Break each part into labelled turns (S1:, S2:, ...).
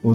S1: 我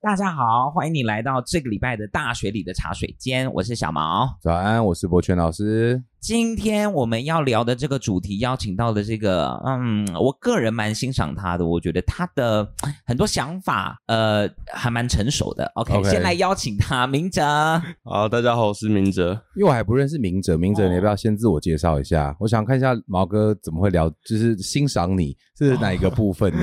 S2: 大家好，欢迎你来到这个礼拜的大学里的茶水间，我是小毛。
S3: 早安，我是博全老师。
S2: 今天我们要聊的这个主题，邀请到的这个，嗯，我个人蛮欣赏他的，我觉得他的很多想法，呃，还蛮成熟的。OK，,
S3: OK
S2: 先来邀请他，明哲。
S4: 好，大家好，我是明哲。
S3: 因为我还不认识明哲，明哲
S2: 哦
S3: 你要不要先自我介绍一下？我想看一下毛哥怎么会聊，就是欣赏你是哪一个部分呢？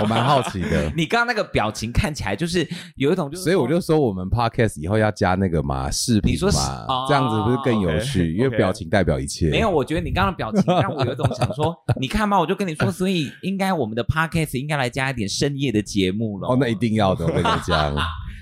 S3: 我蛮好奇的。
S2: 你刚刚那个表情看起来就是有一种就是，
S3: 所以我就说我们 podcast 以后要加那个嘛视频
S2: 你说是
S3: 嘛
S2: 哦，
S3: 这样子不是更有趣？
S4: OK，OK
S3: 因为表情代表一切。
S2: 没有，我觉得你刚刚的表情让我有一种想 说，你看嘛，我就跟你说，所以应该我们的 podcast 应该来加一点深夜的节目了。
S3: 哦，那一定要的，我跟你 讲。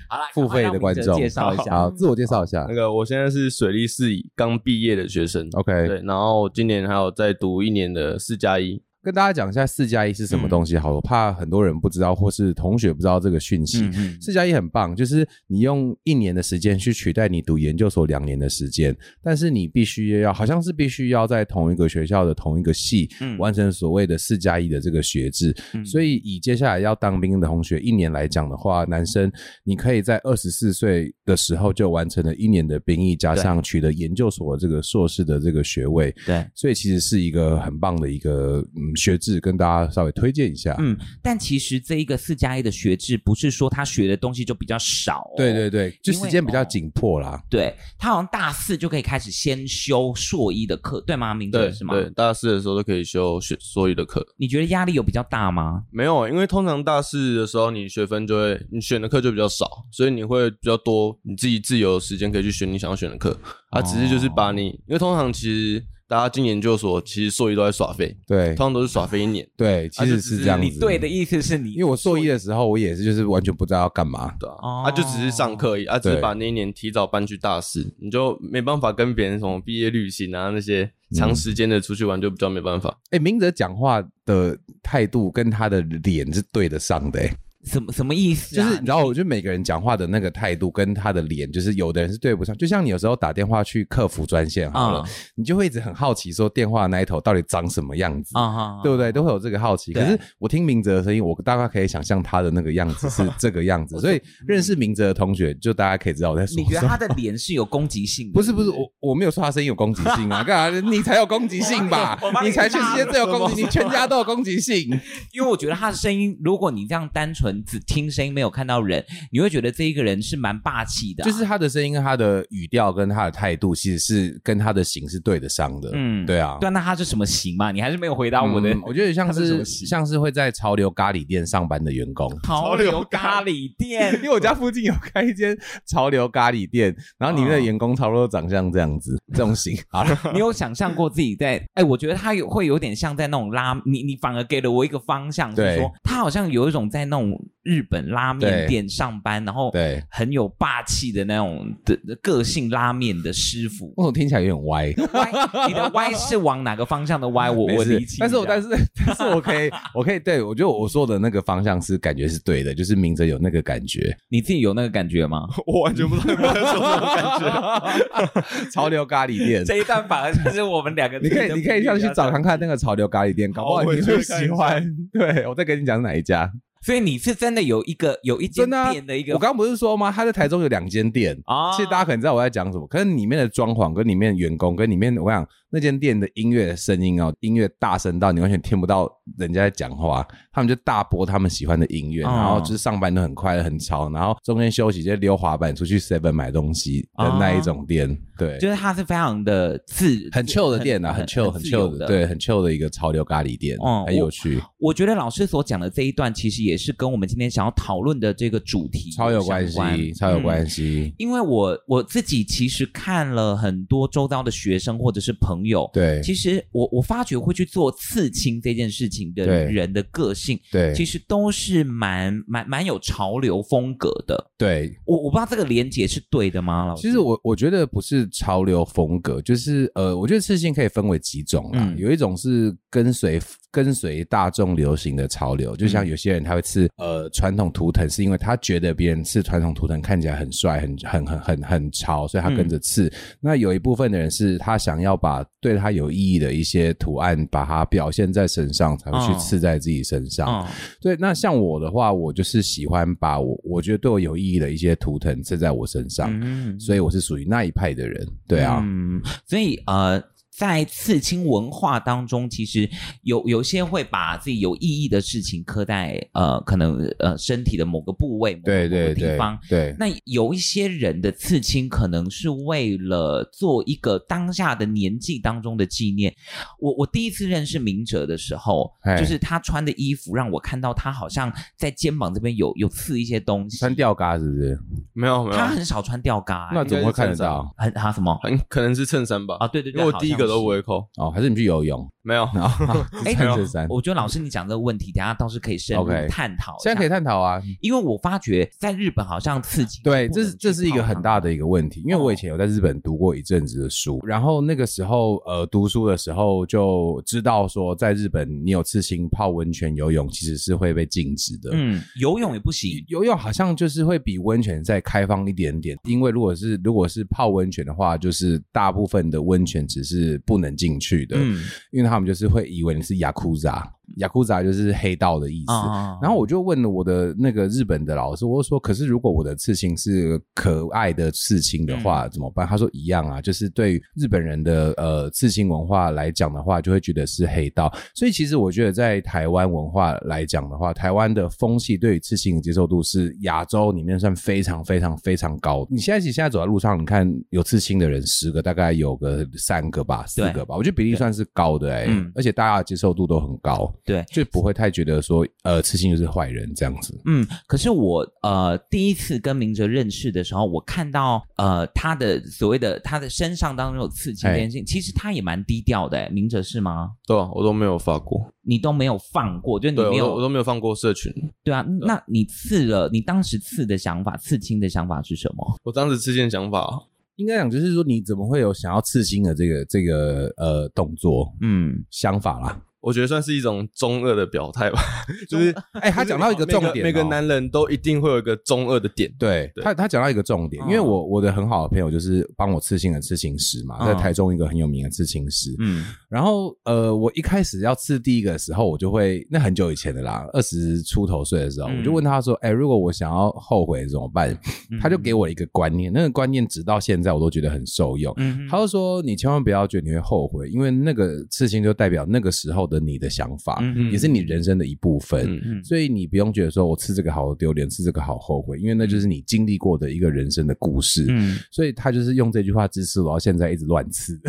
S2: 好了，
S3: 付费
S2: 赶快让
S3: 的观
S2: 明哲
S3: 众
S2: 介绍一下。
S3: 好，自我介绍一下
S4: 那。个，我现在是水利系刚毕业的学生。
S3: OK，
S4: 对，然后今年还有在读一年的四加一。
S3: 跟大家讲一下四加一是什么东西
S2: 嗯
S3: 好了，我怕很多人不知道，或是同学不知道这个讯息。
S2: 嗯嗯，
S3: 四加一很棒，就是你用一年的时间去取代你读研究所两年的时间，但是你必须要，好像是必须要在同一个学校的同一个系、
S2: 嗯
S3: 完成所谓的四加一的这个学制。
S2: 嗯
S3: 所以以接下来要当兵的同学一年来讲的话，男生你可以在二十四岁的时候就完成了一年的兵役，加上取得研究所这个硕士的这个学位，
S2: 对。
S3: 所以其实是一个很棒的一个嗯学制，跟大家稍微推荐一下。
S2: 嗯，但其实这一个四加一的学制，不是说他学的东西就比较少、哦，
S3: 对对对，就
S2: 因为
S3: 时间比较
S2: 哦
S3: 紧迫啦。
S2: 对，他好像大四就可以开始先修硕一的课，对吗？明哲
S4: 对
S2: 是吗？
S4: 对，大四的时候都可以修学所有的课。
S2: 你觉得压力有比较大吗？
S4: 没有，因为通常大四的时候，你学分就会，你选的课就比较少，所以你会比较多你自己自由的时间可以去选你想要选的课。啊，只是就是把你，因为通常其实大家进研究所，其实硕一都在耍废，
S3: 对
S4: 通，常都是耍废一年。
S3: 对，
S2: 啊
S3: 其
S4: 就
S3: 实
S4: 只
S3: 是
S4: 是
S3: 这样子。
S2: 你对的，意思是你，
S3: 因为我硕一的时候，我也是就是完全不知道要干嘛。
S4: 对啊，
S2: 哦
S4: 啊就只是上课而已，啊只是
S3: 对
S4: 把那一年提早搬去大四，你就没办法跟别人什么毕业旅行啊那些
S3: 嗯
S4: 长时间的出去玩就比较没办法。
S3: 哎，明哲讲话的态度跟他的脸是对得上的、诶
S2: 什么什么意思、
S3: 就
S2: 啊？
S3: 是你知道，我觉得每个人讲话的那个态度跟他的脸，就是有的人是对不上。就像你有时候打电话去客服专线好了，
S2: 啊
S3: 你就会一直很好奇，说电话那一头到底长什么样子。
S2: 啊哈，
S3: 对不对？都会有这个好奇。
S2: 对
S3: 可是我听明哲的声音，我大概可以想象他的那个样子是这个样 子。所以认识明哲的同学，就大家可以知道我在说
S2: 你觉
S3: 什
S2: 得
S3: 么
S2: 他。的脸是有攻击性的？
S3: 不是不是，我我没有说他声音有攻击性 啊，干啥？你才有攻击性吧？你才全世界最有攻击，你全家都有攻击 性。
S2: 因为我觉得他的声音，如果你这样单纯只听声音没有看到人，你会觉得这一个人是蛮霸气的啊、
S3: 就是他的声音、跟他的语调、跟他的态度，其实是跟他的型是对得上的。嗯，
S2: 嗯
S3: 对啊。
S2: 对啊，那他是什么型嘛？你还是没有回答我 的。
S3: 嗯我觉得像
S2: 他是什
S3: 是
S2: 么型
S3: 像是会在潮流咖喱店上班的员 工。
S2: 潮流咖喱店，
S3: 因为我家附近有开一间潮流咖喱店，然后里面
S2: 哦
S3: 的员工差不多长相这样子，这种型。好 了，
S2: 你有想象过自己在？哎，我觉得他有会有点像在那种拉，你你反而给了我一个方向，
S3: 对
S2: 是说他好像有一种在那种日本拉
S3: 对
S2: 面店上班，然后
S3: 对
S2: 很有霸气的那种的的个性拉面的师傅。
S3: 我怎么哦听起来有点歪？
S2: 歪，你的歪是往哪个方 向的歪？我
S3: 没
S2: 我
S3: 事
S2: 理解，
S3: 但是 我但是但是我可以我可以对我觉得我说的那个方向是感觉是对的，就是明哲有那个感觉，
S2: 你自己有那个感觉 吗？
S4: 我完全不知道你们在说什么感觉。
S3: 潮流咖喱店。
S2: 这一段反而就是我们两个，
S3: 你可以，你可以上去找看。看那个潮流咖喱店，搞不好
S4: 好哦我
S3: 你
S4: 去看
S3: 会
S4: 一下
S3: 喜欢。 对，我再跟你讲是哪一家。
S2: 所以你是真的有一个有一间
S3: 真的啊
S2: 店的一个
S3: 我刚刚不是说吗？他在台中有两间店，
S2: 啊
S3: 其实大家可能知道我在讲什么，可是里面的装潢跟里面员工跟里面我想那间店的音乐的声音哦，音乐大声到你完全听不到人家在讲话，他们就大播他们喜欢的音乐，
S2: 哦
S3: 然后就是上班都很快乐很吵，然后中间休息就溜滑板出去 seven 买东西的那一种店，对。
S2: 啊就是它是非常的自
S3: 很 chill 的店啊，
S2: 很
S3: 很 chill 很
S2: 自由
S3: chill 的，
S2: 的。
S3: 对，很 chill 的一个潮流咖喱店，
S2: 哦
S3: 很有趣，
S2: 我觉得老师所讲的这一段，其实也是跟我们今天想要讨论的这个主题
S3: 超有关系，超有
S2: 系。嗯
S3: 关系。
S2: 因为我我自己其实看了很多周遭的学生或者是朋朋友。
S3: 对
S2: 其实我我发觉会去做刺青这件事情的
S3: 对
S2: 人的个性，
S3: 对
S2: 其实都是蛮蛮蛮有潮流风格的。
S3: 对，
S2: 我我不知道这个连结是对的吗？老师，
S3: 其实我我觉得不是潮流风格，就是呃，我觉得刺青可以分为几种啦。
S2: 嗯
S3: 有一种是跟随跟随大众流行的潮流，就
S2: 嗯
S3: 像有些人他会刺呃传统图腾，是因为他觉得别人刺传统图腾看起来很帅、很很很很很潮，所以他跟
S2: 嗯
S3: 着刺。那有一部分的人是他想要把对他有意义的一些图案，把它表现在身上，才会
S2: 哦
S3: 去刺在自己身上。
S2: 嗯
S3: 对，那像我的话，我就是喜欢把我我觉得对我有意义的一些图腾刺在我身上。
S2: 嗯
S3: 所以我是属于那一派的人，对啊，
S2: 嗯，所以呃，在刺青文化当中，其实有有些会把自己有意义的事情刻在呃，可能呃身体的某个部位、某个
S3: 对
S2: 某
S3: 对
S2: 个
S3: 对
S2: 地方。
S3: 对
S2: 那有一些人的刺青可能是为了做一个当下的年纪当中的纪念。我我第一次认识明哲的时候
S3: 哎，
S2: 就是他穿的衣服让我看到他好像在肩膀这边有有刺一些东西。
S3: 穿吊嘎是不是？
S4: 没有没有
S2: 他，很少穿吊嘎、
S3: 那怎么会看得
S4: 衬衫
S3: 到？
S2: 很他什么
S4: 很可能是衬衫吧
S2: 啊？，对对
S4: 因
S2: 对，
S4: 为我
S2: 好
S4: 第一
S2: 像
S4: 个都
S2: 是
S4: 不会扣，
S3: 哦，还是啊你去游泳？
S4: 没有，
S3: 然后
S2: 哎
S3: 穿衬衫，
S2: 我觉得老师你讲这个问题，等一下倒是可以深入
S3: OK
S2: 探讨。
S3: 现在可以，探讨啊。
S2: 因为我发觉在日本好像刺激
S3: 对，这是这是一个
S2: 啊
S3: 很大的一个问题，因为
S2: 哦
S3: 我以前有在日本读过一阵子的书，然后那个时候呃读书的时候就知道说，在日本你有刺青、泡温泉、游泳其实是会被禁止的。
S2: 嗯，游泳也不行，
S3: 游泳好像就是会比温泉再开放一点点，因为如果是如果是泡温泉的话，就是大部分的温泉只是不能进去的，
S2: 嗯
S3: 因为他们就是会以为你是雅库扎，雅库扎就是黑道的意思。
S2: 啊
S3: 然后我就问了我的那个日本的老师，我就说：“可是如果我的刺青是可爱的刺青的话，
S2: 嗯
S3: 怎么办？”他说：“一样啊，就是对于日本人的呃刺青文化来讲的话，就会觉得是黑道。所以其实我觉得在台湾文化来讲的话，台湾的风气对于刺青的接受度是亚洲里面算非常非常非常高的。你现在现在走在路上，你看有刺青的人十个，大概有个三个吧，四
S2: 对
S3: 个吧，我觉得比例算是高的哎、
S2: 嗯
S3: 而且大家的接受度都很高。”
S2: 对。
S3: 就不会太觉得说，呃，刺青就是坏人这样子。
S2: 嗯，可是我呃第一次跟明哲认识的时候，我看到呃他的所谓的他的身上当中有刺青这件事情，其实他也蛮低调的、哎明哲是吗？
S4: 对啊，我都没有发过，
S2: 你都没有放过，就你
S4: 对我
S2: 没
S4: 都我都
S2: 有
S4: 没有放过社群，
S2: 对啊？那你刺了，你当时刺的想法，刺青的想法是什么？
S4: 我当时之前想法，
S3: 应该讲就是说，你怎么会有想要刺青的这个这个呃动作
S2: 嗯，
S3: 想法 啦？
S4: 我觉得算是一种中二的表态吧，就是
S3: 哎、他讲到一个重点
S4: 每
S3: 哦、
S4: 个每个男人都一定会有一个中二的点，
S3: 对嗯
S4: 对
S3: 他，他讲到一个重点，因为我我的很好的朋友就是帮我刺青的刺青师嘛，
S2: 嗯
S3: 在台中一个很有名的刺青师。
S2: 嗯
S3: 然后呃，我一开始要刺第一个的时候，我就会那很久以前的啦，二十出头岁的时候，
S2: 嗯
S3: 我就问他说：“哎、如果我想要后悔怎么办？”他就
S2: 嗯
S3: 给我一个观念，那个观念直到现在我都觉得很受用。
S2: 嗯
S3: 他就说：“你千万不要觉得你会后悔，因为那个事情就代表那个时候的你的想法，
S2: 嗯
S3: 也是你人生的一部分。
S4: 嗯，
S3: 所以你不用觉得说我吃这个好丢脸，吃这个好后悔，因为那就是你经历过的一个人生的故事。
S2: 嗯，
S3: 所以他就是用这句话支持我，到现在一直乱吃。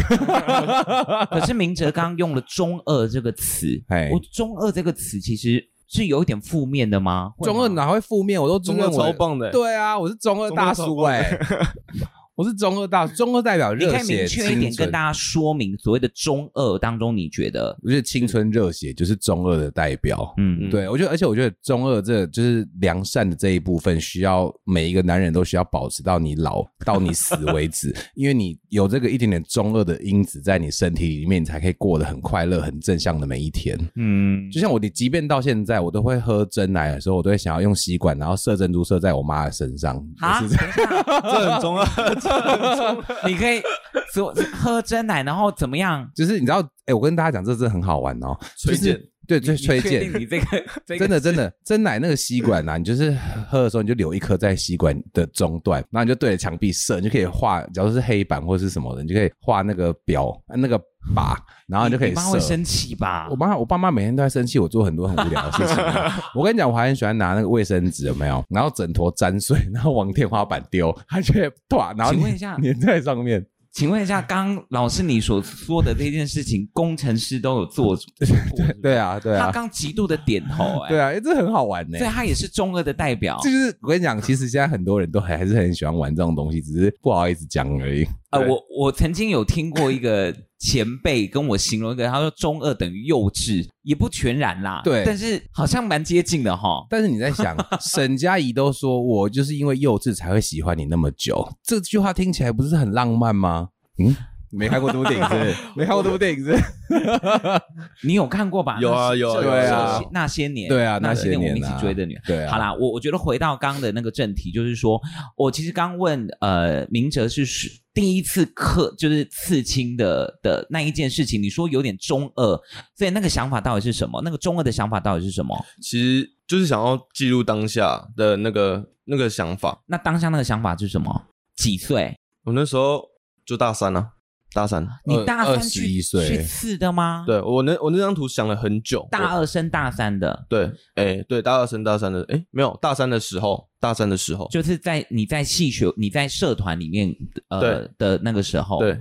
S2: 可是明哲刚刚用了“中二”这个词
S3: 哎，
S2: 我“中二”这个词其实是有一点负面的吗？会吗
S3: 中二哪会负面？我都
S4: 中
S3: 认
S4: 二
S3: 为
S4: 超棒的、欸，
S3: 啊对啊，我是中二大叔哎、 我是中二大，中二代表
S2: 你可
S3: 热
S2: 以明
S3: 血
S2: 确一点
S3: 青
S2: 跟
S3: 春
S2: 大。家说明所谓的“中二”当中，你觉得
S3: 我觉得青春热血就是中二的代表。
S2: 嗯
S3: 对，我觉得，而且我觉得中二这就是良善的这一部分，需要每一个男人都需要保持到你老到你死为 止，因为你有这个一点点中二的因子在你身体里面，你才可以过得很快乐、很正向的每一天。
S2: 嗯
S3: 就像我，你即便到现在，我都会喝真奶的时候，我都会想要用吸管，然后射珍珠射在我妈的身上。
S2: 啊，
S3: 就
S2: 等 一
S3: 是这样
S2: 下
S4: 这很中二，
S2: 你可以所喝真奶，然后怎么样？
S3: 就是你知道，哎、我跟大家讲，这真的很好玩哦，
S4: 推荐
S3: 就是对，就是
S2: 你
S3: 推
S2: 确
S3: 荐
S2: 定。你 这个这个
S3: 真的真的，真奶那个吸管呐、啊，你就是喝的时候，你就留一颗在吸管的中段，然后你就对着墙壁射，你就可以画，假如是黑板或是什么的，你就可以画那个表呃那个靶，然后你就可
S2: 你
S3: 以
S2: 妈会
S3: 射。
S2: 生气吧
S3: 我？妈我爸妈每天都在生气，我做很多很无聊的事情啊、 我跟你讲，我还很喜欢拿那个卫生纸，有没有？然后整坨沾水，然后往天花板丢，它就会断，然后
S2: 请问
S3: 粘
S2: 一下
S3: 粘在上面。
S2: 请问一下，刚刚老师你所说的这件事情，工程师都有做做过是不是
S3: 对啊，对
S2: 他
S3: 啊，
S2: 刚极度的点头、哎，
S3: 对啊，诶这很好玩呢、
S2: 所以他也是中二的代表。
S3: 这就是我跟你讲，其实现在很多人都还还是很喜欢玩这种东西，只是不好意思讲而已。
S2: 呃，
S4: 对
S2: 我我曾经有听过一个前辈跟我形容一个，他说中二等于幼稚，也不全然啦，
S3: 对
S2: 但是好像蛮接近的哈。
S3: 但是你在 想，沈佳宜都说我就是因为幼稚才会喜欢你那么久，这句话听起来不是很浪漫吗？嗯，没看过这部电影是不 是？没看过这部电影是不是？
S2: 你有看过吧？
S4: 有啊
S2: 那是
S4: 有啊
S2: 是
S3: 有啊
S2: 是
S3: 对啊
S2: 那些年，
S3: 对啊
S2: 那
S3: 那些
S2: 年我们一
S3: 年
S2: 起
S3: 啊
S2: 追的女孩。
S3: 对啊
S2: 好啦，我我觉得回到刚刚的那个正题，就是说我其实刚问呃明哲是是第一次刻就是刺青的的那一件事情，你说有点中二，所以那个想法到底是什么？那个中二的想法到底是什么？
S4: 其实就是想要记录当下的那个那个想法。
S2: 那当下那个想法是什么？几岁？
S4: 我那时候就大三啊，大三。
S2: 你
S3: 二
S2: 大三去
S3: 21岁
S2: 去刺的吗？，
S4: 对我那我那张图想了很久。
S2: 大
S4: 我
S2: 二升大三的，
S4: 对，哎、对，大二升大三的，哎、没有，大三的时候，大三的时候，
S2: 就是在你在戏学你在社团里面呃
S4: 对
S2: 的那个时候，
S4: 对，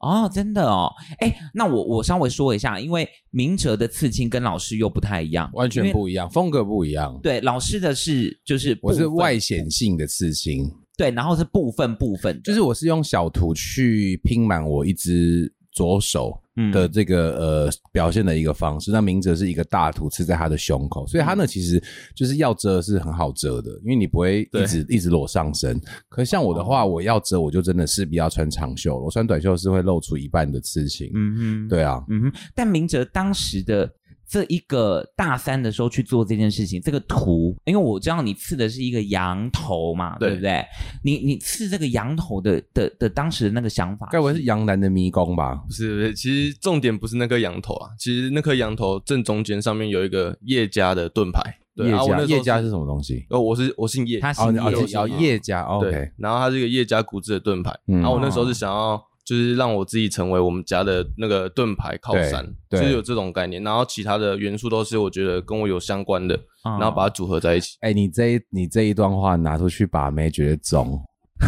S2: 哦，真的哦，哎，那我我稍微说一下，因为明哲的刺青跟老师又不太一样，
S3: 完全
S2: 因为
S3: 不一样，风格不一样。
S2: 对，老师的是就是
S3: 我是
S2: 部分
S3: 外显性的刺青，
S2: 对，然后是部分部分的，
S3: 就是我是用小图去拼满我一只左手
S2: 嗯
S3: 的这个、呃表现的一个方式。那明哲是一个大图刺在他的胸口，所以
S2: 嗯
S3: 他呢其实就是要遮是很好遮的，因为你不会一直一直裸上身。可像我的
S2: 哦
S3: 话，我要遮我就真的势必要穿长袖，我穿短袖是会露出一半的刺青。
S2: 嗯哼，
S3: 对啊，
S2: 嗯哼，但明哲当时的这一个大三的时候去做这件事情，这个图，因为我知道你刺的是一个羊头嘛，对
S4: 对
S2: 不对？你你刺这个羊头的的的当时的那个想法，
S3: 该不会是杨澜的迷宫吧？
S4: 不是不是，其实重点不是那颗羊头啊，其实那颗羊头正中间上面有一个叶家的盾牌。对
S3: 叶
S4: 啊我
S3: 家
S4: 那时候
S3: 叶家是什么东西？
S4: 哦，我是我姓叶，
S2: 他是
S3: 哦，
S2: 叶
S3: 哦
S2: 家
S3: 哦，叶家哦
S4: 对
S3: ，OK，
S4: 然后它是一个叶家骨质的盾牌，
S3: 嗯
S4: 然后我那时候是想要就是让我自己成为我们家的那个盾牌靠山，
S3: 对
S4: 就
S3: 对
S4: 是有这种概念，然后其他的元素都是我觉得跟我有相关的，
S2: 嗯
S4: 然后把它组合在一起。
S3: 哎、你这一你这一段话拿出去把妹，觉得中。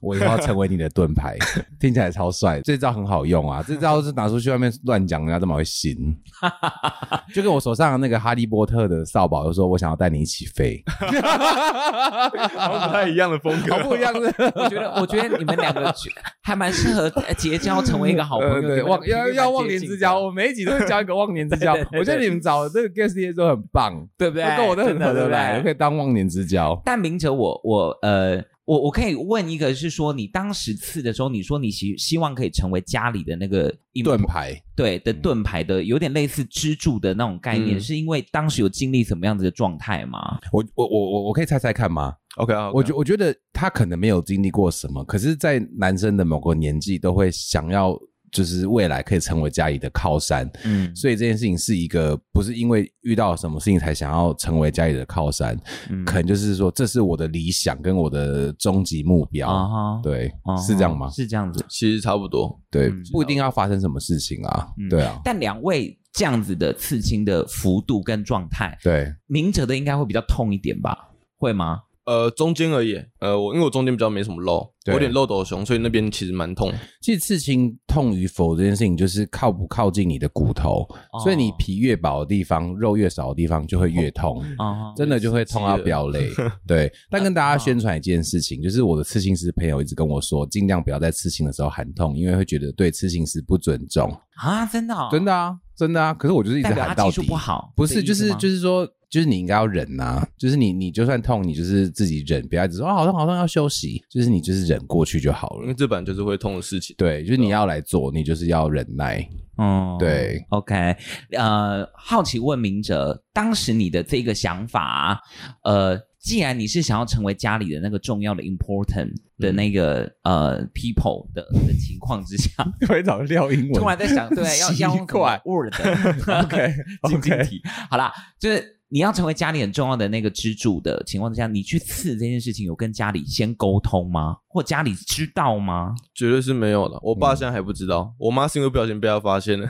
S3: 我以后要成为你的盾牌，听起来超帅，这招很好用啊！这招是拿出去外面乱讲，人家怎么会 信？就跟我手上的那个哈利波特的扫把，就说我想要带你一起 飞，
S4: 好像不太一样的风格
S3: 好不一样的。
S2: 我觉得，我觉得你们两个还蛮适合结交，成为一个 好朋友。
S3: 呃 对，忘要要忘年之交，，我每一集都会交一个忘年之交。
S2: 对对对
S3: 我觉得你们找的这个 guest DJ 都很棒，
S2: 对不对？
S3: 都跟我都很合
S2: 对
S3: 得
S2: 不
S3: 来，
S2: 对
S3: 可？以当忘年之交。
S2: 但明哲我，我呃，我我可以问一个，是说你当时刺的时候，你说你希希望可以成为家里的那个
S3: 盾，牌，
S2: 对的
S3: 嗯
S2: 盾牌的，有点类似支柱的那种概念，
S4: 嗯
S2: 是因为当时有经历什么样子的状态吗？
S3: 我我我我我可以猜猜看吗？
S4: OK 啊，
S3: 我觉我觉得他可能没有经历过什么，可是，在男生的某个年纪都会想要，就是未来可以成为家里的靠山，
S2: 嗯
S3: 所以这件事情是一个不是因为遇到什么事情才想要成为家里的靠山，
S2: 嗯
S3: 可能就是说这是我的理想跟我的终极目标，
S2: 啊哈，
S3: 对，
S2: 啊哈
S3: 是这样吗？
S2: 是这样子。
S4: 其实差不多，
S3: 对，
S2: 嗯
S3: 不一定要发生什么事情啊，
S2: 嗯
S3: 对啊，
S2: 但两位这样子的刺青的幅度跟状态，
S3: 对，
S2: 明哲的应该会比较痛一点吧？会吗？
S4: 呃，中间而已，呃，我因为我中间比较没什么肉，我
S3: 对
S4: 有点漏斗胸，所以那边其实蛮痛。
S3: 其实刺青痛与否这件事情，就是靠不靠近你的骨头，
S2: 哦
S3: 所以你皮越薄的地方，肉越少的地方就会越痛。
S2: 啊、
S3: 真的就会痛到飙泪，
S2: 哦
S3: 对。但跟大家宣传一件事情，就是我的刺青师朋友一直跟我说，尽量不要在刺青的时候喊痛，因为会觉得对刺青师不尊重。
S2: 啊，真的、哦，
S3: 真的啊，真的啊。可是我就是一直
S2: 代表
S3: 喊
S2: 他
S3: 到
S2: 技
S3: 底
S2: 术。不好，
S3: 不
S2: 这
S3: 是，
S2: 意
S3: 就
S2: 思
S3: 是
S2: 吗
S3: 就是说，就是你应该要忍呐，就是你你就算痛，你就是自己忍，不要一直说啊好痛好痛要休息，就是你就是忍过去就好
S4: 因为
S3: 了。
S4: 这本来就是会痛的事情。
S3: 对，就是你要来做，你就是要忍耐。
S2: 嗯，
S3: 对
S2: ，OK，呃，好奇问明哲，当时你的这个想法，呃，既然你是想要成为家里的那个重要的 important 的那个、呃 people 的的情况之下，
S3: 嗯 突然找廖英文
S2: 突然在想，对，要 要用
S3: 奇怪
S2: Word OK 进进题，好啦，就是。你要成为家里很重要的那个支柱的情况之下，你去刺这件事情有跟家里先沟通吗？或家里知道吗？
S4: 绝对是没有的。我
S3: 嗯
S4: 爸现在还不知道，我妈是 因为不小心被他发现了，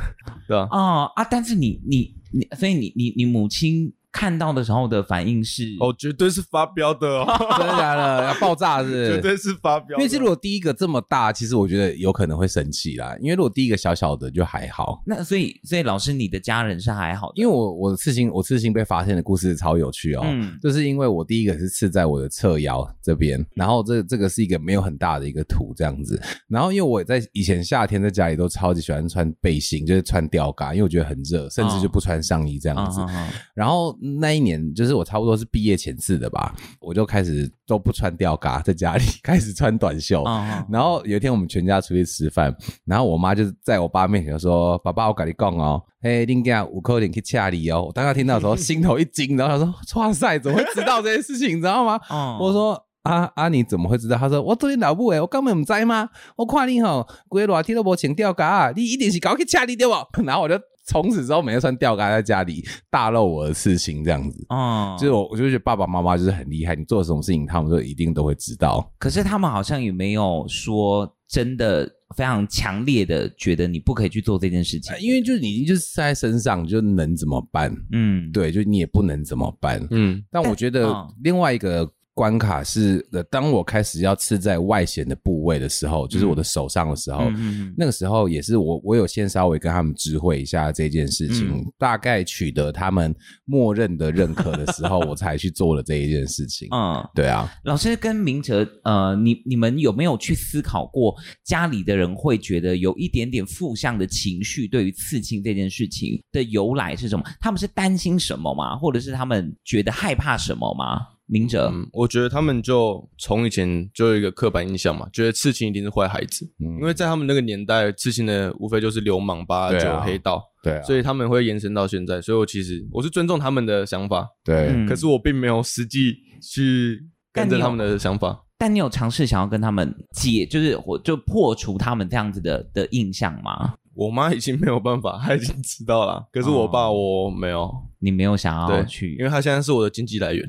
S4: 对吧、
S2: 哦啊，但是你你你，所以你你你母亲看到的时候的反应是，
S4: 哦，绝对是发飙的哦，
S3: 真的假的？要爆炸是不
S4: 绝
S3: 是？
S4: 对是发飙
S3: 因
S4: 的。
S3: 为是如果第一个这么大，其实我觉得有可能会生气啦。因为如果第一个小小的就还好，
S2: 那所以所以老师你的家人是还好的，
S3: 因为我我的刺青，我刺青被发现的故事超有趣哦。
S2: 嗯
S3: 就是因为我第一个是刺在我的侧腰这边，然后这这个是一个没有很大的一个图这样子，然后因为我在以前夏天在家里都超级喜欢穿背心，就是穿吊嘎，因为我觉得很热，甚至就不穿上衣这
S2: 啊
S3: 样子。
S2: 啊啊
S3: 然后那一年就是我差不多是毕业前次的吧，我就开始都不穿吊嘎，在家里 开始穿短袖。
S2: 啊啊
S3: 然后有一天我们全家出去吃饭，然后我妈就是在我爸面前就说：“爸爸，我跟你讲哦，嘿，你家五扣点去恰你哦。”我当时听到的时候心头一惊，然后想说：“哇塞，怎么会知道这些事情？你知道吗？”
S2: 哦
S3: 我说。啊啊！你怎么会知道？他说我做你老母诶，我根本唔知吗？我看你吼，规热天都无穿吊嘎啊，你一定是搞去恰你对不？ 然后我就从此之后每天穿吊嘎在家里大露我的事情，这样子。
S2: 哦
S3: 就是我，我就觉得爸爸妈妈就是很厉害，你做什么事情他们就一定都会知道。
S2: 可是他们好像也没有说真的非常强烈的觉得你不可以去做这件事情
S3: 呃，因为就是你已经就是刺在身上，就能怎么办？
S2: 嗯，
S3: 对，就你也不能怎么办。
S4: 嗯，
S3: 但我觉得
S2: 嗯
S3: 另外一个关卡是，呃，当我开始要刺在外显的部位的时候，就是我的手上的时候，
S2: 嗯，嗯嗯
S3: 那个时候也是我，我有先稍微跟他们知会一下这件事情，
S2: 嗯
S3: 大概取得他们默认的认可的 时候，我才去做了这一件事情。
S2: 嗯，
S3: 对啊，
S2: 老师跟明哲，呃，你你们有没有去思考过，家里的人会觉得有一点点负向的情绪对于刺青这件事情的由来是什么？他们是担心什么吗？或者是他们觉得害怕什么吗？明哲，
S4: 嗯，我觉得他们就从以前就有一个刻板印象嘛，觉得刺青一定是坏孩子，
S3: 嗯
S4: 因为在他们那个年代，刺青的无非就是流氓、八
S3: 对
S4: 九、
S3: 啊
S4: 黑道，
S3: 对啊，
S4: 所以他们会延伸到现在。所以我其实我是尊重他们的想法，
S3: 对，
S2: 嗯
S4: 可是我并没有实际去跟着他们的想法。
S2: 但你有尝试想要跟他们解，就是我就破除他们这样子的的印象吗？
S4: 我妈已经没有办法，她已经知道了。可是我爸
S3: 哦
S4: 我没有，
S2: 你没有想要
S4: 对，
S2: 去，
S4: 因为她现在是我的经济来 源。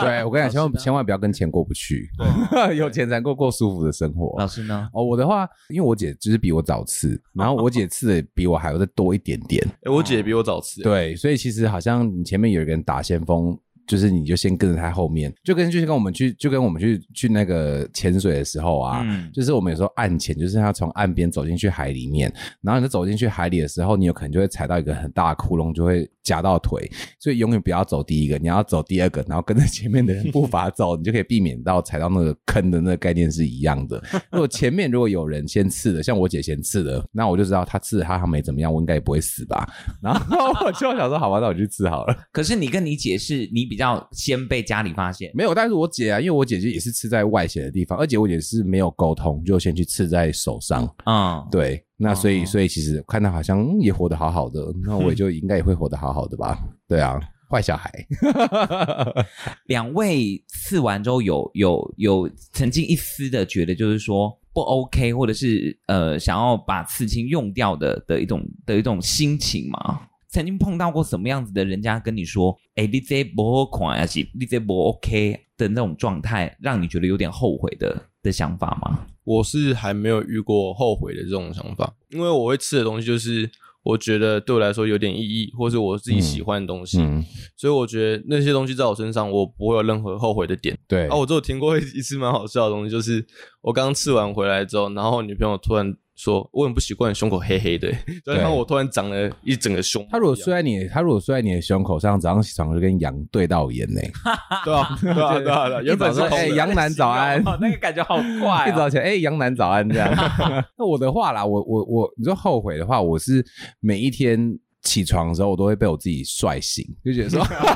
S3: 对 我跟你讲，千万千万不要跟钱过不去， 有钱才过过舒服的生活。
S2: 老师呢？
S3: 哦，我的话，因为我姐就是比我早刺，然后我姐刺的比我还要再多一点 点，
S4: 哎、我姐比我早吃、欸，
S3: 对，所以其实好像你前面有一个人打先锋，就是你就先跟着他后面，就跟就跟我们去就跟我们去去那个潜水的时候啊，
S2: 嗯
S3: 就是我们有时候岸潜，就是要从岸边走进去海里面，然后你走进去海里的时候，你有可能就会踩到一个很大的窟窿，就会夹到腿，所以永远不要走第一个，你要走第二个，然后跟着前面的人步伐走，你就可以避免到踩到那个坑的那个概念是一样的。如果前面如果有人先刺的，像我姐先刺的，那我就知道她刺的她她没怎么样，我应该也不会死吧。然后我就想说，好吧，那我去刺好了。
S2: 可是你跟你解释，你比较先被家里发现，
S3: 没有，但是我姐啊，因为我姐姐也是刺在外显的地方，而且我姐是没有沟通，就先去刺在手上。
S2: 嗯，
S3: 对，那所以、
S2: 哦
S3: 所以其实看她好像、嗯也活得好好的，那我也就应该也会活得好好的吧？对啊，坏小孩。
S2: 两位刺完之后有有有曾经一丝的觉得就是说不 OK，或者是呃想要把刺青用掉的的一种的一种心情吗？曾经碰到过什么样子的人家跟你说，哎、你这不好看，还是你这不 OK 的那种状态，让你觉得有点后悔的的想法吗？
S4: 我是还没有遇过后悔的这种想法，因为我会吃的东西就是我觉得对我来说有点意义，或是我自己喜欢的东西，
S3: 嗯，
S4: 所以我觉得那些东西在我身上，我不会有任何后悔的点。
S3: 对。
S4: 啊，我只有听过一一次蛮好笑的东西，就是我刚吃完回来之后，然后我女朋友突然说，我很不习惯胸口黑黑的、 欸，所以然后我突然长了一整个胸。
S3: 他如果睡在你，他如果睡在你的胸口上，早上起床就跟羊对到眼呢、
S4: 对 啊，对啊，对啊，对啊 原本是
S3: 一早说 哎
S4: 红的
S3: 杨楠 早安
S2: 哦那个感觉好怪、
S3: 一
S2: 哦。
S3: 早起来，哎、杨楠早安这 样。那我的话啦，我我我，你说后悔的话，我是每一天。起床的时候，我都会被我自己帅醒，就觉得说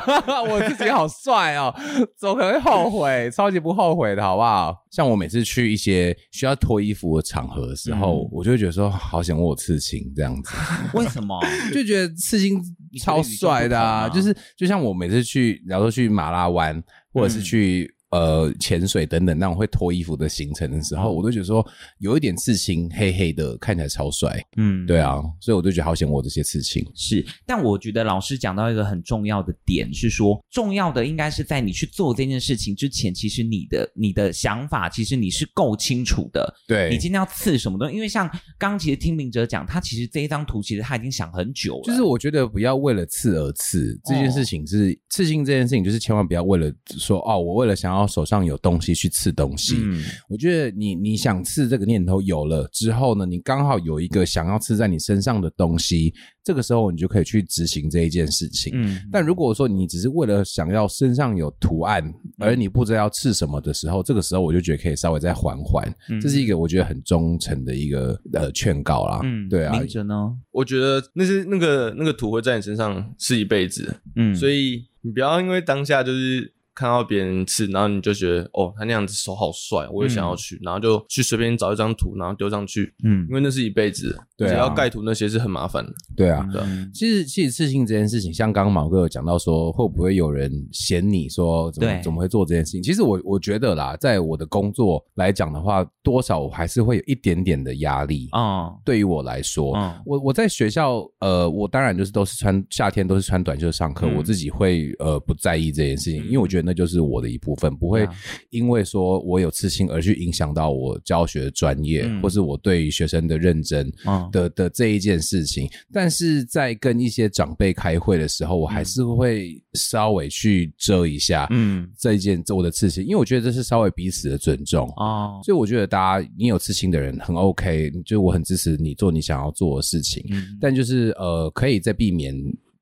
S3: 我自己好帅哦，怎么可能会后悔？超级不后悔的好不好？像我每次去一些需要脱衣服的场合的时候，
S2: 嗯
S3: 我就会觉得说，好想我有刺青这样子。
S2: 为什么？
S3: 就觉得刺青超帅的啊！
S2: 你
S3: 就
S2: 觉得
S3: 是就像我每次去，假如说去马拉湾，或者是去呃潜水等等那种会脱衣服的行程的时候，我都觉得说有一点刺青，黑黑的，看起来超帅。
S2: 嗯，
S3: 对啊，所以我就觉得好险我有这些刺青。
S2: 是，但我觉得老师讲到一个很重要的点是说，重要的应该是在你去做这件事情之前，其实你的你的想法，其实你是够清楚的。
S3: 对，
S2: 你今天要刺什么东西？因为像刚其实听明哲讲，他其实这一张图其实他已经想很久了。
S3: 就是我啊觉得不要为了刺而刺这件事情是、刺青这件事情，就是千万不要为了说哦，我为了想要手上有东西去刺东西。
S2: 嗯
S3: 我觉得你你想刺这个念头有了之后呢，你刚好有一个想要刺在你身上的东西，这个时候你就可以去执行这一件事情。
S2: 嗯，
S3: 但如果说你只是为了想要身上有图案，而你不知道要刺什么的时候，这个时候我就觉得可以稍微再缓缓，
S2: 嗯
S3: 这是一个我觉得很忠诚的一个呃劝告啦。
S2: 嗯
S3: 对啊
S2: 明，哲呢？
S4: 我觉得那是那个那个图会在你身上是一辈子，
S2: 嗯，
S4: 所
S2: 以
S4: 以你不要因为当下就是看到别人吃，然后你就觉得哦，他那样子手好帅，我也想要去，然后就去随便找一张图，然后丢上去，
S2: 嗯
S4: 因为那是一辈子，
S3: 对啊
S4: 而且要盖图那些是很麻烦的。
S3: 对啊，
S4: 对
S2: 嗯
S3: 其实，其实刺青这件事情，像刚刚毛哥有讲到说，会不会有人嫌你说怎么
S2: 对
S3: 怎么会做这件事情？其实我我觉得啦，在我的工作来讲的话，多少我还是会有一点点的压力。
S2: 哦
S3: 对于我来说，
S2: 哦
S3: 我我在学校，呃，我当然就是都是穿夏天都是穿短袖上课，
S2: 嗯
S3: 我自己会呃不在意这件事情，因为我觉得那就是我的一部分，不
S2: 对
S3: 会
S2: 啊
S3: 因为说我有刺青而去影响到我教学的专业，
S2: 嗯
S3: 或是我对于学生的认真。
S2: 哦，
S3: 的的这一件事情，但是在跟一些长辈开会的时候，我还是会稍微去遮一下
S2: 嗯
S3: 这一件我的刺青，因为我觉得这是稍微彼此的尊重。
S2: 哦，
S3: 所以我觉得大家，你有刺青的人很 OK，就我很支持你做你想要做的事情，
S2: 嗯
S3: 但就是呃，可以在避免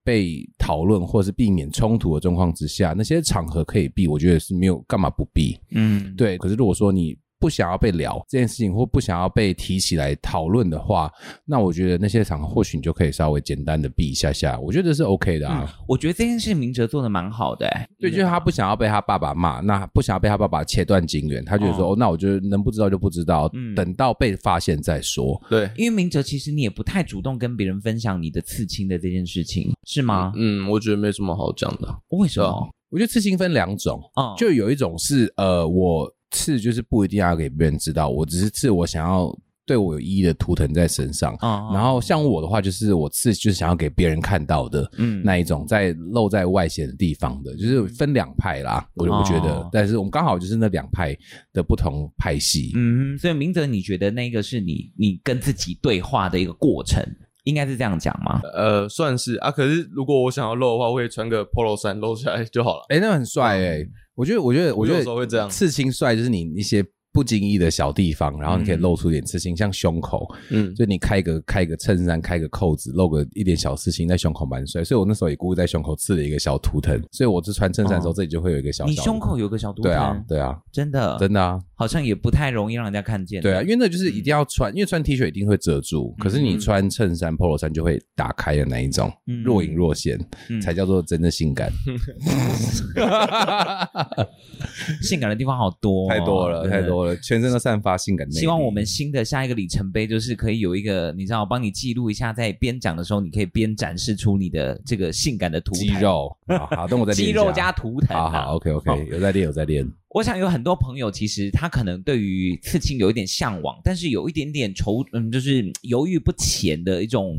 S3: 被讨论或是避免冲突的状况之下，那些场合可以避，我觉得是没有干嘛不避。
S2: 嗯，
S3: 对，可是如果说你不想要被聊这件事情，或不想要被提起来讨论的话，那我觉得那些场合或许你就可以稍微简单的避一下下，我觉得是 OK 的啊。
S2: 我觉得这件事明哲做的蛮好的、欸，
S3: 对，就是他不想要被他爸爸骂，那不想要被他爸爸切断金源，他就说：“
S2: 哦
S3: 哦，那我就能不知道就不知道，
S2: 嗯
S3: 等到被发现再说。
S4: 对，
S2: 因为明哲其实你也不太主动跟别人分享你的刺青的这件事情，是吗？
S4: 嗯，我觉得没什么好讲的。
S2: 为什
S4: 对
S2: 么
S4: 啊？
S3: 我觉得刺青分两种，
S2: 哦，
S3: 就有一种是呃，我刺就是不一定要给别人知道，我只是刺我想要对我有意义的图腾在身上。
S2: 哦，
S3: 然后像我的话，就是我刺就是想要给别人看到的，
S2: 嗯
S3: 那一种在露在外显的地方的，就是分两派啦，我我觉得
S2: 哦，
S3: 但是我们刚好就是那两派的不同派系。
S2: 嗯，所以明哲，你觉得那个是你你跟自己对话的一个过程，应该是这样讲吗？
S4: 呃，算是啊。可是如果我想要露的话，我会穿个 polo 衫露起来就好了。
S3: 哎，那很帅哎，我觉得，我觉得，
S4: 我
S3: 觉
S4: 有时候
S3: 得
S4: 会这样
S3: 刺青帅就是你一些不经意的小地方，然后你可以
S2: 嗯
S3: 露出点刺青，像胸口，
S4: 嗯，
S3: 就你开个开个衬衫，开个扣子，露个一点小刺青在胸口蛮帅。所以我那时候也故意在胸口刺了一个小图腾，所以我就穿衬衫的时候，
S2: 哦
S3: 这里就会有一个小小
S2: 你
S3: 的
S2: 胸口有个小图腾，
S3: 对啊，对啊，
S2: 真的，
S3: 真的啊。
S2: 好像也不太容易让人家看见。
S3: 对啊，因为那就是
S2: 嗯
S3: 一定要穿，因为穿 T 恤一定会遮住，可是你穿衬衫、polo 衫就会打开的那一种，
S2: 嗯
S3: 若隐若现，
S2: 嗯
S3: 才叫做真的性 感。
S2: 性感的地方好多哦、
S3: 太多了，
S2: 对
S3: 太。多了，全身都散发性感魅力。
S2: 希望我们新的下一个里程碑就是可以有一个，你知道，帮你记录一下，在边讲的时候，你可以边展示出你的这个性感的图腾
S3: 肌、肉，好，好等我再练
S2: 肌
S3: 一下
S2: 肉加图腾、
S3: 好
S2: 啊。
S3: 好，OK
S2: 好
S3: OK，有在练，有在练。
S2: 我想有很多朋友，其实他可能对于刺青有一点向往，但是有一点点愁，嗯，就是犹豫不前的一种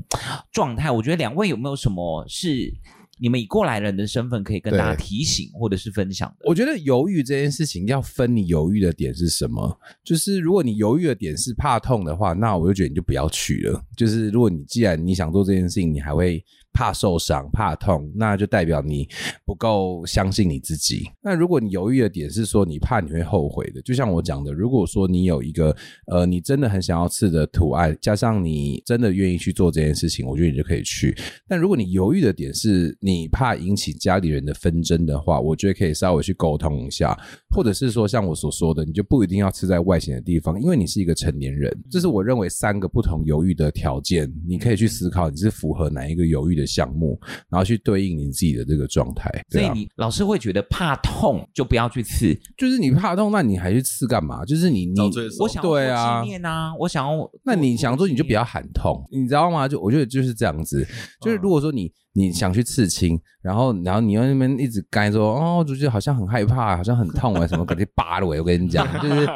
S2: 状态。我觉得两位有没有什么是你们以过来人的身份可以跟
S3: 对
S2: 大家提醒或者是分享的？
S3: 我觉得犹豫这件事情要分你犹豫的点是什么。就是如果你犹豫的点是怕痛的话，那我就觉得你就不要去了。就是如果你既然你想做这件事情，你还会怕受伤、怕痛，那就代表你不够相信你自己。那如果你犹豫的点是说你怕你会后悔的，就像我讲的，如果说你有一个呃你真的很想要刺的图案，加上你真的愿意去做这件事情，我觉得你就可以去。但如果你犹豫的点是你怕引起家里人的纷争的话，我觉得可以稍微去沟通一下，或者是说像我所说的，你就不一定要吃在外显的地方，因为你是一个成年
S2: 嗯
S3: 人。这是我认为三个不同犹豫的条件，你可以去思考你是符合哪一个犹豫的项目，然后去对应你自己的这个状态。
S2: 所
S3: 对
S2: 以
S3: 啊，
S2: 你老师会觉得怕痛就不要去刺。
S3: 就是你怕痛，那你还去吃干嘛？就是你你
S4: 找罪受
S2: 我想要做
S3: 对啊
S2: 纪念啊，我想要做。
S3: 那你想做，你就不
S2: 要。
S3: 要喊痛，你知道吗？就我觉得就是这样子，就是如果说你你想去刺青，然后然后你又在那边一直干说哦，就觉得好像很害怕，好像很痛啊什么， 感觉扒了我。我跟你讲，就是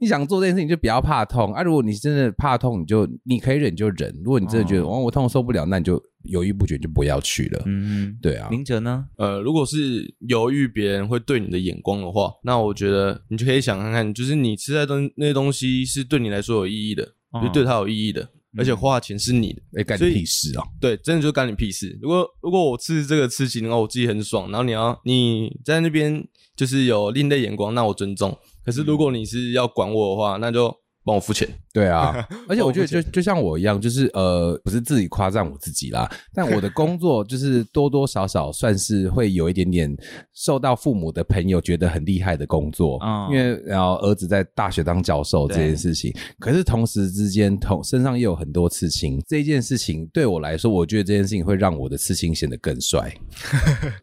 S3: 你想做这件事情就不要怕痛啊。如果你真的怕痛，你就你可以忍就忍。如果你真的觉得哦我痛受不了，那你就犹豫不决就不要去了。
S2: 嗯，
S3: 对啊，
S2: 明哲呢？
S4: 呃，如果是犹豫别人会对你的眼光的话，那我觉得你就可以想看看，就是你吃的东那些东西是对你来说有意义的，
S2: 哦
S4: 就对他有意义的，而且花的钱是你的，
S3: 哎，干
S4: 所以
S3: 屁事啊！
S4: 对，真的就干你屁事。如果如果我吃这个刺青，然后我自己很爽，然后你要你在那边就是有另类眼光，那我尊重。可是如
S3: 嗯
S4: 果你是要管我的话，那就帮我付钱。
S3: 对啊，而且我觉得就
S4: 我不
S3: 就像我一样，就是呃，不是自己夸赞我自己啦，但我的工作就是多多少少算是会有一点点受到父母的朋友觉得很厉害的工作，
S2: 嗯
S3: 因为然后儿子在大学当教授这件事情，可是同时之间同身上也有很多刺青，这件事情对我来说，我觉得这件事情会让我的刺青显得更帅，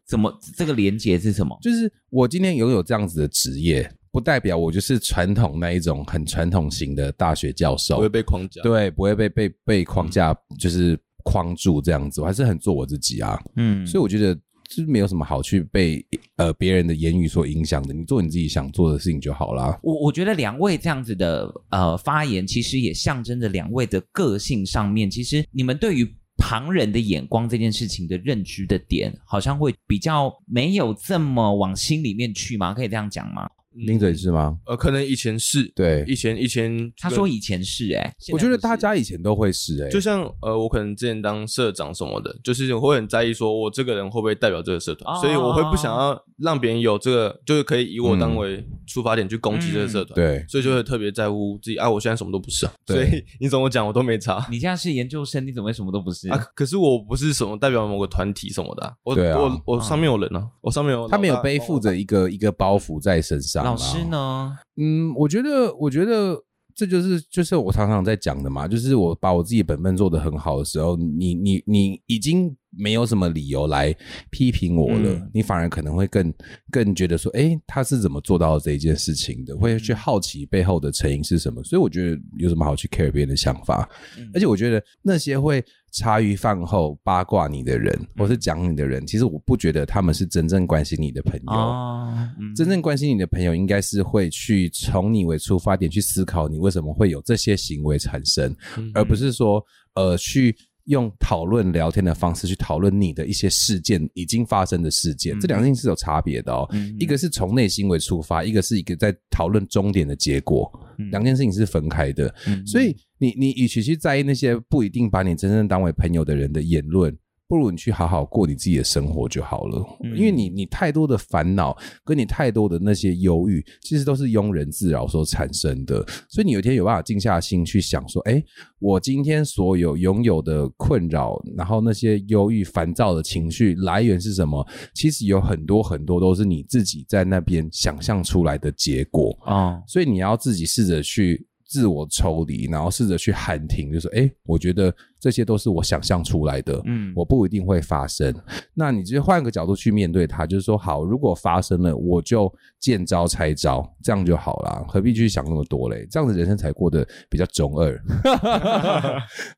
S2: 怎么这个连结是什么？
S3: 就是我今天拥有这样子的职业。不代表我就是传统那一种很传统型的大学教授，
S4: 不会被框架。，
S3: 对，不会被被被
S2: 嗯
S3: 框架就是框住这样子，我还是很做我自己啊。
S2: 嗯，
S3: 所以我觉得就是没有什么好去被呃别人的言语所影响的，你做你自己想做的事情就好啦。
S2: 我我觉得两位这样子的呃发言，其实也象征着两位的个性上面，其实你们对于旁人的眼光这件事情的认知的点，好像会比较没有这么往心里面去吗？可以这样讲吗？
S3: 林嘴是吗？
S4: 呃，可能以前是，
S3: 对
S4: 以前以前
S2: 他
S4: 对
S2: 说以前是哎、现在
S3: 我觉得
S2: 不是
S3: 大家以前都会是哎、
S4: 就像呃，我可能之前当社长什么的，就是我会很在意，说我这个人会不会代表这个社团，
S2: 哦
S4: 所以我会不想要让别人有这个，就是可以以我当为出发点去攻击这个社团，
S3: 嗯对
S4: 所以就会特别在乎自己啊，我现在什么都不是啊，
S3: 对
S4: 所以 你怎么讲我都没差
S2: 你现在是研究生，你怎么会什么都不是？
S4: 啊，可是我不是什么代表某个团体什么的啊、我
S3: 对啊
S4: 我我上面有人啊，我上面有
S3: 他没有
S4: 老大
S3: 背负着一个一个包袱在身上。啊
S2: 老师？呢？
S3: 嗯，我觉得，我觉得这就是就是我常常在讲的嘛，就是我把我自己本分做得很好的时候，你你你已经没有什么理由来批评我了，
S2: 嗯
S3: 你反而可能会更更觉得说，诶，他是怎么做到这一件事情的，会去好奇背后的成因是什么。所以我觉得有什么好去 care 别人的想法，而且我觉得那些会茶余饭后八卦你的
S2: 嗯
S3: 人，或是讲你的人，其实我不觉得他们是真正关心你的朋友。
S2: 哦，嗯
S3: 真正关心你的朋友，应该是会去从你为出发点去思考你为什么会有这些行为产生，
S4: 嗯
S3: 而不是说呃去用讨论聊天的方式去讨论你的一些事件已经发生的事件，
S2: 嗯
S3: 这两件事是有差别的哦。
S2: 嗯
S3: 一个是从内心为出发，一个是一个在讨论终点的结果，
S2: 嗯
S3: 两件事情是分开的。
S2: 嗯
S3: 所以你你与其去在意那些不一定把你真正当为朋友的人的言论，不如你去好好过你自己的生活就好了。
S2: 嗯
S3: 因为你你太多的烦恼跟你太多的那些忧郁，其实都是庸人自扰所产生的。所以你有一天有办法静下心去想说，哎，我今天所有拥有的困扰，然后那些忧郁、烦躁的情绪来源是什么？其实有很多很多都是你自己在那边想象出来的结果。
S2: 哦，
S3: 所以你要自己试着去自我抽离，然后试着去喊停，就说：“哎，我觉得这些都是我想象出来的，
S2: 嗯
S3: 我不一定会发生。”那你就换个角度去面对它，就是说，好，如果发生了，我就见招拆招，这样就好啦，何必去想那么多嘞？这样子人生才过得比较中 二，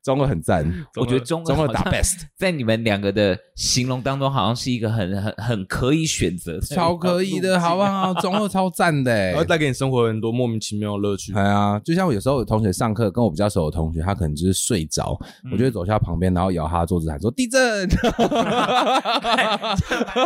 S3: 中二很赞，
S2: 我觉得中
S3: 中
S2: 二
S3: 二打
S2: 好像
S3: best，
S2: 在你们两个的形容当中，好像是一个很很很可以选择，
S3: 超可以的，好不好？中二超赞的、
S2: 哦
S4: 然后带给你生活很多莫名其妙的乐趣。
S3: 哎呀，就像我有时候有同学上课跟我比较熟的同学，他可能就是睡着，我就会走下旁边，然后摇他的桌子喊说地震。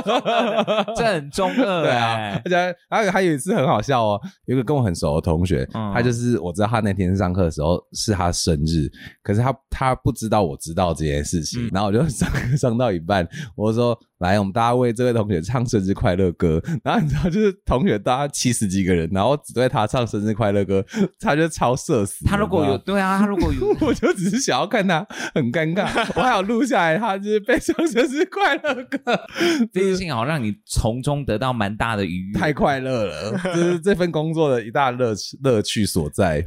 S2: 这很中二、哎
S3: 对啊，而且还还有还有一次很好笑哦，有一个跟我很熟的同学，
S2: 嗯
S3: 他就是我知道他那天上课的时候是他生日，可是他他不知道我知道这件事
S2: 嗯
S3: 情，然后我就上课上到一半，我就说来，我们大家为这位同学唱生日快乐歌， 然后你知道就是同学大家七十几个人，然后只对他唱生日快乐歌，他就超社死。
S2: 他如果
S3: 你知道
S2: 有
S3: 吗
S2: 对啊，他如果有
S3: 我就只是想要看他很尴尬，我还有录下来，他就是背上生日快乐歌，
S2: 这件事情，好让你从中得到蛮大的愉悦。
S3: 太快乐 了，这是这份工作的一大乐趣乐趣所在。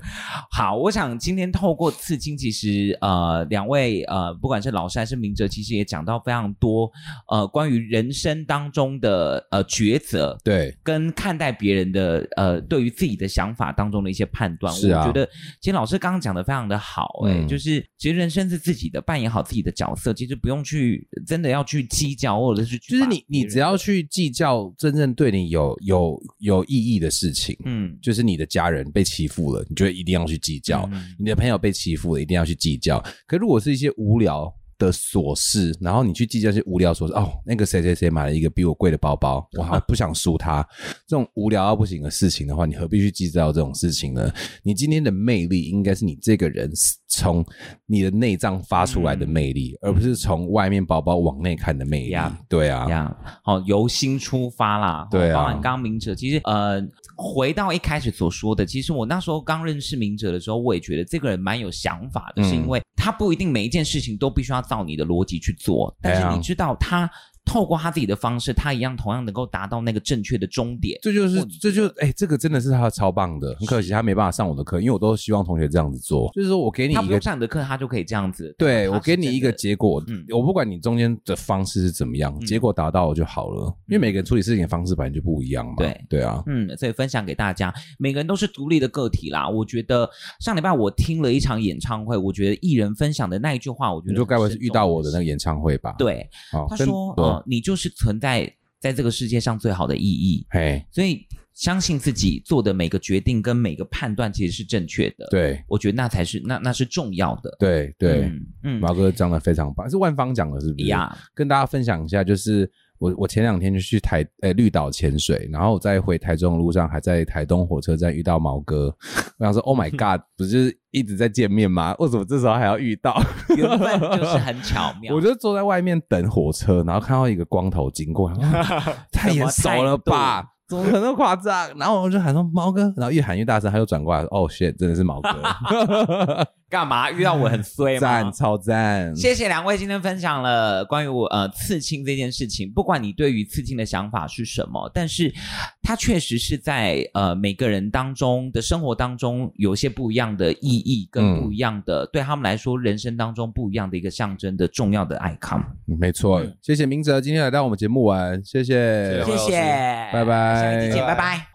S2: 好，我想今天透过刺青，其实呃，两位呃，不管是老师还是明哲，其实也讲到非常多呃，关关于人生当中的呃抉择，
S3: 对，
S2: 跟看待别人的呃对于自己的想法当中的一些判断。
S3: 是啊
S2: 我觉得其实老师刚刚讲的非常的好、欸，
S3: 嗯
S2: 就是其实人生是自己的，扮演好自己的角色，其实不用去真的要去计较或者是去
S3: 就是
S2: 把
S3: 你
S2: 别
S3: 你
S2: 人
S3: 只要去计较真正对你有有有意义的事情，
S2: 嗯
S3: 就是你的家人被欺负了，你就一定要去计较；
S2: 嗯
S3: 你的朋友被欺负了，一定要去计较。可如果是一些无聊的琐事，然后你去计较一些无聊琐事，哦，那个谁谁谁买了一个比我贵的包包，我好不想输他。这种无聊到不行的事情的话，你何必去计较这种事情呢？你今天的魅力应该是你这个人从你的内脏发出
S2: 嗯
S3: 来的魅力，而不是从外面包包往内看的魅力。
S2: 呀
S3: 对啊，
S2: 呀，好，由心出发啦。
S3: 对啊
S2: 包含刚刚明哲，其实呃，回到一开始所说的，其实我那时候刚认识明哲的时候，我也觉得这个人蛮有想法的，
S3: 嗯
S2: 是因为他不一定每一件事情都必须要照你的逻辑去做，但
S3: 对啊
S2: 是你知道他透过他自己的方式，他一样同样能够达到那个正确的终点。
S3: 这就是
S2: 或你
S3: 这就哎、这个真的是他超棒的，很可惜他没办法上我的课，因为我都希望同学这样子做，就是说我给你
S2: 他
S3: 一
S2: 不
S3: 个
S2: 用，上你的课，他就可以这样子。
S3: 对
S2: 他
S3: 我
S2: 是
S3: 给你
S2: 真
S3: 一个
S2: 的
S3: 结果，
S2: 嗯
S3: 我不管你中间的方式是怎么样，
S2: 嗯
S3: 结果达到了就好了，因为每个人处理事情的方式本来就不一样嘛，
S2: 对
S3: 对啊，
S2: 嗯，所以分享给大家，每个人都是独立的个体啦。我觉得上礼拜我听了一场演唱会，我觉得艺人分享的那一句话，我觉得
S3: 你就该不会是遇到我的那个
S2: 个
S3: 演唱会吧？，
S2: 对，
S3: 哦
S2: 他
S3: 跟
S2: 说
S3: 对
S2: 呃，你就是存在在这个世界上最好的意义，
S3: 嘿，
S2: 所以相信自己做的每个决定跟每个判断其实是正确的。，
S3: 对
S2: 我觉得那才是那那是重要的。
S3: 对对，
S2: 嗯，
S3: 毛
S2: 嗯
S3: 哥讲的非常棒，是万方讲的，是不是？
S2: 呀，
S3: 跟大家分享一下，就是我我前两天就去台呃绿岛潜水，然后我在回台中的路上，还在台东火车站遇到毛哥，我想说 Oh my God，不是就是一直在见面吗？为什么这时候还要遇到？
S2: 缘分就是很巧 妙。
S3: 我就坐在外面等火车，然后看到一个光头经过，然后太眼熟了吧？怎么可能那么夸张？然后我就喊说毛哥，然后越喊越大声，他就转过来说：“哦，shit，真的是毛哥，
S2: 干嘛遇到我 很衰
S3: 赞
S2: 吗？
S3: 超赞，
S2: 谢谢两位今天分享了关于我呃刺青这件事情，不管你对于刺青的想法是什么，但是它确实是在呃每个人当中的生活当中有一些不一样的意义跟
S3: 嗯
S2: 不一样的、对他们来说人生当中不一样的一个象征的重要的 icon。
S3: 嗯没错，谢谢明哲今天来到我们节目玩，谢谢
S4: 谢谢
S2: 谢谢，
S3: 拜拜
S2: 下一集见，拜拜。